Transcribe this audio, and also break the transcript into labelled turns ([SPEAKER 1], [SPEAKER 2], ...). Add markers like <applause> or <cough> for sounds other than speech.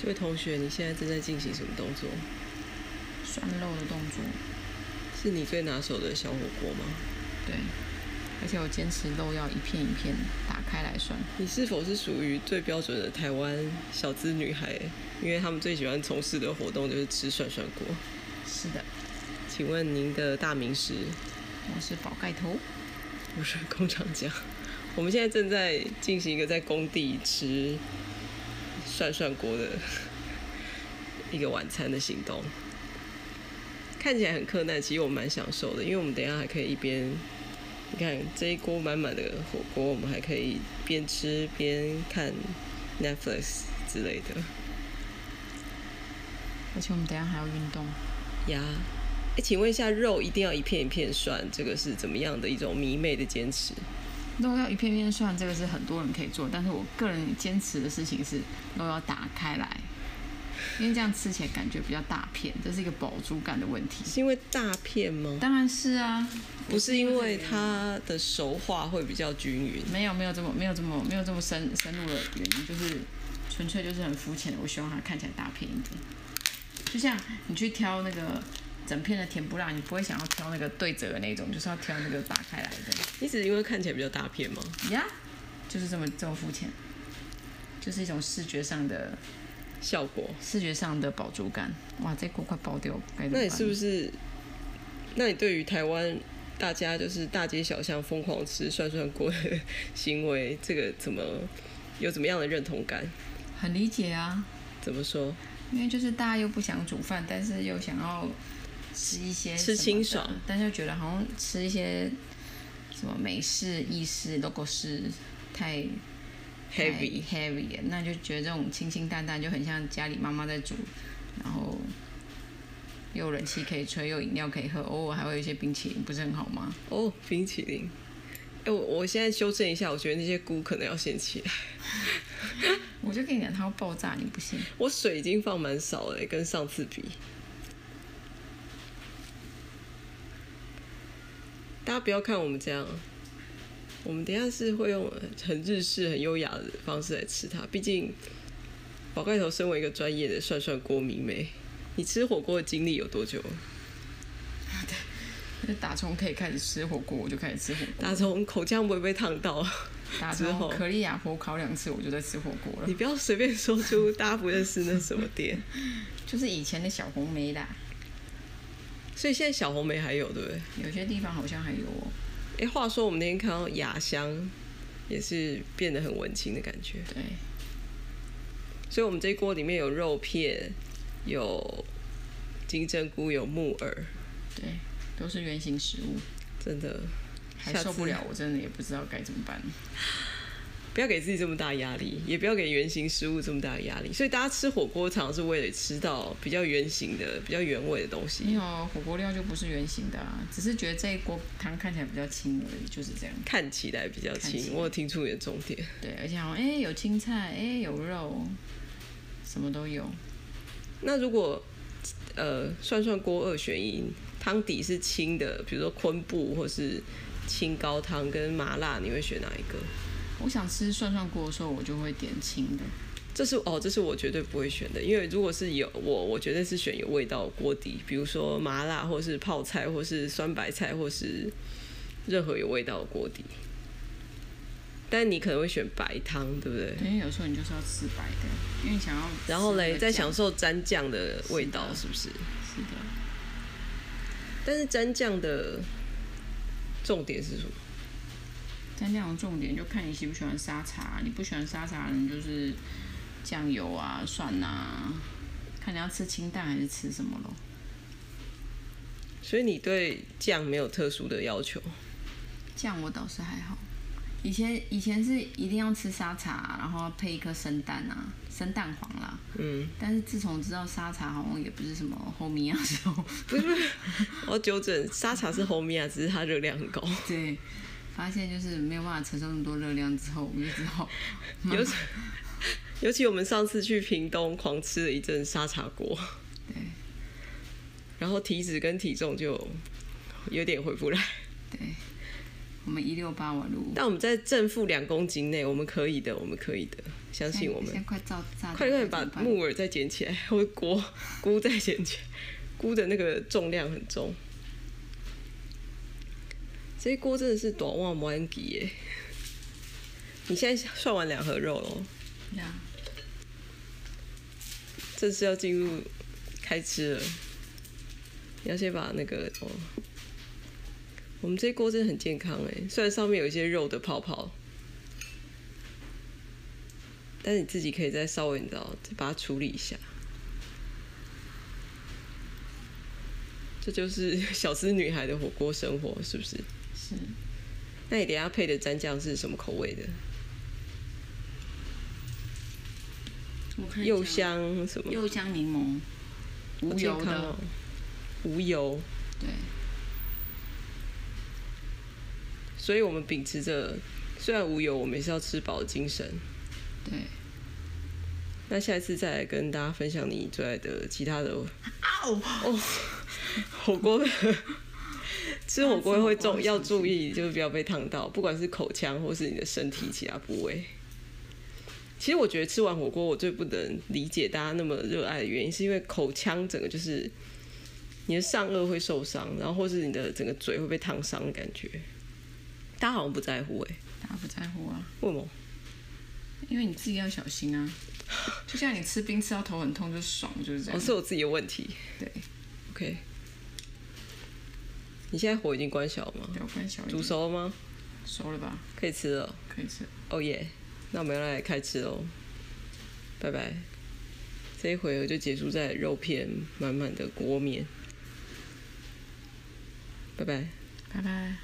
[SPEAKER 1] 这位同学，你现在正在进行什么动作？
[SPEAKER 2] 涮肉的动作，
[SPEAKER 1] 是你最拿手的小火锅吗？
[SPEAKER 2] 对，而且我坚持肉要一片一片打开来涮。
[SPEAKER 1] 你是否是属于最标准的台湾小资女孩？因为她们最喜欢从事的活动就是吃涮涮锅。
[SPEAKER 2] 是的，
[SPEAKER 1] 请问您的大名是？
[SPEAKER 2] 我是宝盖头，
[SPEAKER 1] 我是工厂家。 <laughs> 我们现在正在进行一个在工地吃涮涮锅的 <laughs> 一个晚餐的行动，看起来很困难，其实我蛮享受的，因为我们等一下还可以一边，你看这一锅满满的火锅，我们还可以边吃边看 Netflix 之类的。
[SPEAKER 2] 而且我们等一下还要运动。
[SPEAKER 1] 呀，哎，请问一下，肉一定要一片一片涮，这个是怎么样的一种迷妹的坚持？
[SPEAKER 2] 肉要一片片涮，这个是很多人可以做，但是我个人坚持的事情是肉要打开来，因为这样吃起来感觉比较大片，这是一个饱足感的问题。
[SPEAKER 1] 是因为大片吗？
[SPEAKER 2] 当然是啊，
[SPEAKER 1] 不是因为它的熟化会比较均匀，
[SPEAKER 2] 没有没有这么没有这么没有这么深深入的原因，就是纯粹就是很肤浅的，我希望它看起来大片一点。就像你去挑那个整片的甜不辣，你不会想要挑那个对折的那种，就是要挑那个打开来的
[SPEAKER 1] 你只是因为看起来比较大片吗？
[SPEAKER 2] 呀就是这么这么肤浅，就是一种视觉上的
[SPEAKER 1] 效果？
[SPEAKER 2] 视觉上的饱足感。哇，这锅快爆掉，该怎么办？
[SPEAKER 1] 那你是不是？那你对于台湾大家就是大街小巷疯狂吃涮涮锅的行为，这个怎么有怎么样的认同感？
[SPEAKER 2] 很理解啊？
[SPEAKER 1] 怎么说？
[SPEAKER 2] 因为就是大家又不想煮饭，但是又想要吃一些
[SPEAKER 1] 吃
[SPEAKER 2] 什么
[SPEAKER 1] 清
[SPEAKER 2] 的
[SPEAKER 1] 爽，
[SPEAKER 2] 但是又觉得好像吃一些什么美式、意式、logo 式太太
[SPEAKER 1] heavy
[SPEAKER 2] heavy 了，那就觉得这种清清淡淡就很像家里妈妈在煮，然后又有人气可以吹，又有饮料可以喝，偶尔还会有一些冰淇淋，不是很好吗？
[SPEAKER 1] 哦，冰淇淋。哎、我我现在修正一下，我觉得那些菇可能要先起来。
[SPEAKER 2] 我就跟你讲，它要爆炸，你不信？
[SPEAKER 1] 我水已经放蛮少了、欸跟上次比。大家不要看我们这样，我们等一下是会用很日式、很优雅的方式来吃它。毕竟，宝盖头身为一个专业的涮涮锅迷妹，你吃火锅的经历有多久？
[SPEAKER 2] 就打从可以开始吃火锅，我就开始吃火锅。
[SPEAKER 1] 打从口腔不会被烫到， <laughs>
[SPEAKER 2] 打
[SPEAKER 1] 之后
[SPEAKER 2] 从可丽亚火烤两次，我就在吃火锅了
[SPEAKER 1] 你。不要随便说出大家不认识那什么店。
[SPEAKER 2] 就是以前的啊小红梅啦，
[SPEAKER 1] 所以现在小红梅还有，对不对？
[SPEAKER 2] 有些地方好像还有哦。
[SPEAKER 1] 哎、话说我们那天看到雅香，也是变得很文青的感觉。
[SPEAKER 2] 对，
[SPEAKER 1] 所以我们这一锅里面有肉片，有金针菇，有木耳，
[SPEAKER 2] 对，都是圆形食物，
[SPEAKER 1] 真的
[SPEAKER 2] 还
[SPEAKER 1] 下次
[SPEAKER 2] 受不了，我真的也不知道该怎么办。
[SPEAKER 1] 不要给自己这么大压力，也不要给原型食物这么大的压力。所以大家吃火锅常常是为了吃到比较原型的、比较原味的东
[SPEAKER 2] 没
[SPEAKER 1] 西，
[SPEAKER 2] 有火锅料就不是圆形的啊，只是觉得这一锅汤看起来比较轻而已，就是这样。
[SPEAKER 1] 看起来比较
[SPEAKER 2] 看起
[SPEAKER 1] 轻。
[SPEAKER 2] 来
[SPEAKER 1] 我有听出你的重点，
[SPEAKER 2] 对，而且好像哎、有青菜，哎、有肉，什么都有。
[SPEAKER 1] 那如果呃涮涮锅二选一，汤底是清的，比如说昆布或是清高汤跟麻辣，你会选哪一个？
[SPEAKER 2] 我想吃涮涮锅的时候，我就会点轻的。
[SPEAKER 1] 这是哦，这是我绝对不会选的，因为如果是有我，我绝对是选有味道的锅底，比如说麻辣，或是泡菜，或是酸白菜，或是任何有味道的锅底。但你可能会选白汤，对不对？
[SPEAKER 2] 对，因为有时候你就是要吃白的，因为你想要吃那个酱。
[SPEAKER 1] 然后嘞，再享受蘸酱的味道，
[SPEAKER 2] 是的
[SPEAKER 1] 是不是？
[SPEAKER 2] 是的，
[SPEAKER 1] 但是蘸酱的重点是什么？
[SPEAKER 2] 蘸酱的重点就看你喜不喜欢沙茶，你不喜欢沙茶，你就是酱油啊、蒜啊，看你要吃清淡还是吃什么咯。
[SPEAKER 1] 所以你对酱没有特殊的要求。
[SPEAKER 2] 酱我倒是还好，以前以前是一定要吃沙茶，然后配一颗生蛋啊，生蛋黄啦。
[SPEAKER 1] 嗯，
[SPEAKER 2] 但是自从知道沙茶好像也不是什么后面啊时候，
[SPEAKER 1] 我要纠正，沙茶是红米啊，只是它热量很
[SPEAKER 2] <laughs>
[SPEAKER 1] 高。
[SPEAKER 2] 对，发现就是没有办法承受那么多热量之后，我们就只好慢
[SPEAKER 1] 尤其
[SPEAKER 2] 慢
[SPEAKER 1] 尤其我们上次去屏东狂吃了一阵沙茶锅，
[SPEAKER 2] 对
[SPEAKER 1] 然后体脂跟体重就有点回不来。
[SPEAKER 2] 对，我们一六八晚路，
[SPEAKER 1] 但我们在正负两公斤内，我们可以的，我们可以的，相信我们
[SPEAKER 2] 现。在快造炸掉了，
[SPEAKER 1] 快点把
[SPEAKER 2] 怎么办
[SPEAKER 1] 木耳再捡起来，我的锅菇再捡起来，菇的那个重量很重。这一锅真的是短旺弯吉耶！你现在涮完两盒肉喽，
[SPEAKER 2] 呀
[SPEAKER 1] 这次要进入开吃了。你要先把那个哦，我们这一锅真的很健康哎，虽然上面有一些肉的泡泡，但是你自己可以再稍微你知道，再把它处理一下。这就是小资女孩的火锅生活，是不是？
[SPEAKER 2] 是
[SPEAKER 1] 那你等一下配的蘸酱是什么口味的？
[SPEAKER 2] 我看一下
[SPEAKER 1] 柚香什么？
[SPEAKER 2] 柚香柠檬，无
[SPEAKER 1] 好健
[SPEAKER 2] 油
[SPEAKER 1] 康
[SPEAKER 2] 的
[SPEAKER 1] 哦，无油。
[SPEAKER 2] 对，
[SPEAKER 1] 所以我们秉持着虽然无油，我们也是要吃饱的精神。
[SPEAKER 2] 对，
[SPEAKER 1] 那下一次再来跟大家分享你最爱的其他的哦，火锅的吃火锅会重要注意，就是不要被烫到，不管是口腔或是你的身体其他部位。其实我觉得吃完火锅，我最不能理解大家那么热爱的原因，是因为口腔整个就是你的上颚会受伤，然后或是你的整个嘴会被烫伤的感觉。大家好像不在乎哎、
[SPEAKER 2] 大家不在乎啊，
[SPEAKER 1] 为什么？
[SPEAKER 2] 因为你自己要小
[SPEAKER 1] <laughs>
[SPEAKER 2] 心啊，就像你吃冰吃到头很痛就爽，就是这
[SPEAKER 1] 哦，
[SPEAKER 2] 样，
[SPEAKER 1] 是我自己的问题。
[SPEAKER 2] 对，
[SPEAKER 1] OK，你现在火已经关小了吗？
[SPEAKER 2] 要关小一
[SPEAKER 1] 煮
[SPEAKER 2] 点，
[SPEAKER 1] 熟了吗？
[SPEAKER 2] 熟了吧，
[SPEAKER 1] 可以吃了。
[SPEAKER 2] 可以吃，
[SPEAKER 1] 哦耶！那我们要来开吃喽，拜拜。这一回合就结束在肉片满满的锅面，拜拜。
[SPEAKER 2] 拜拜。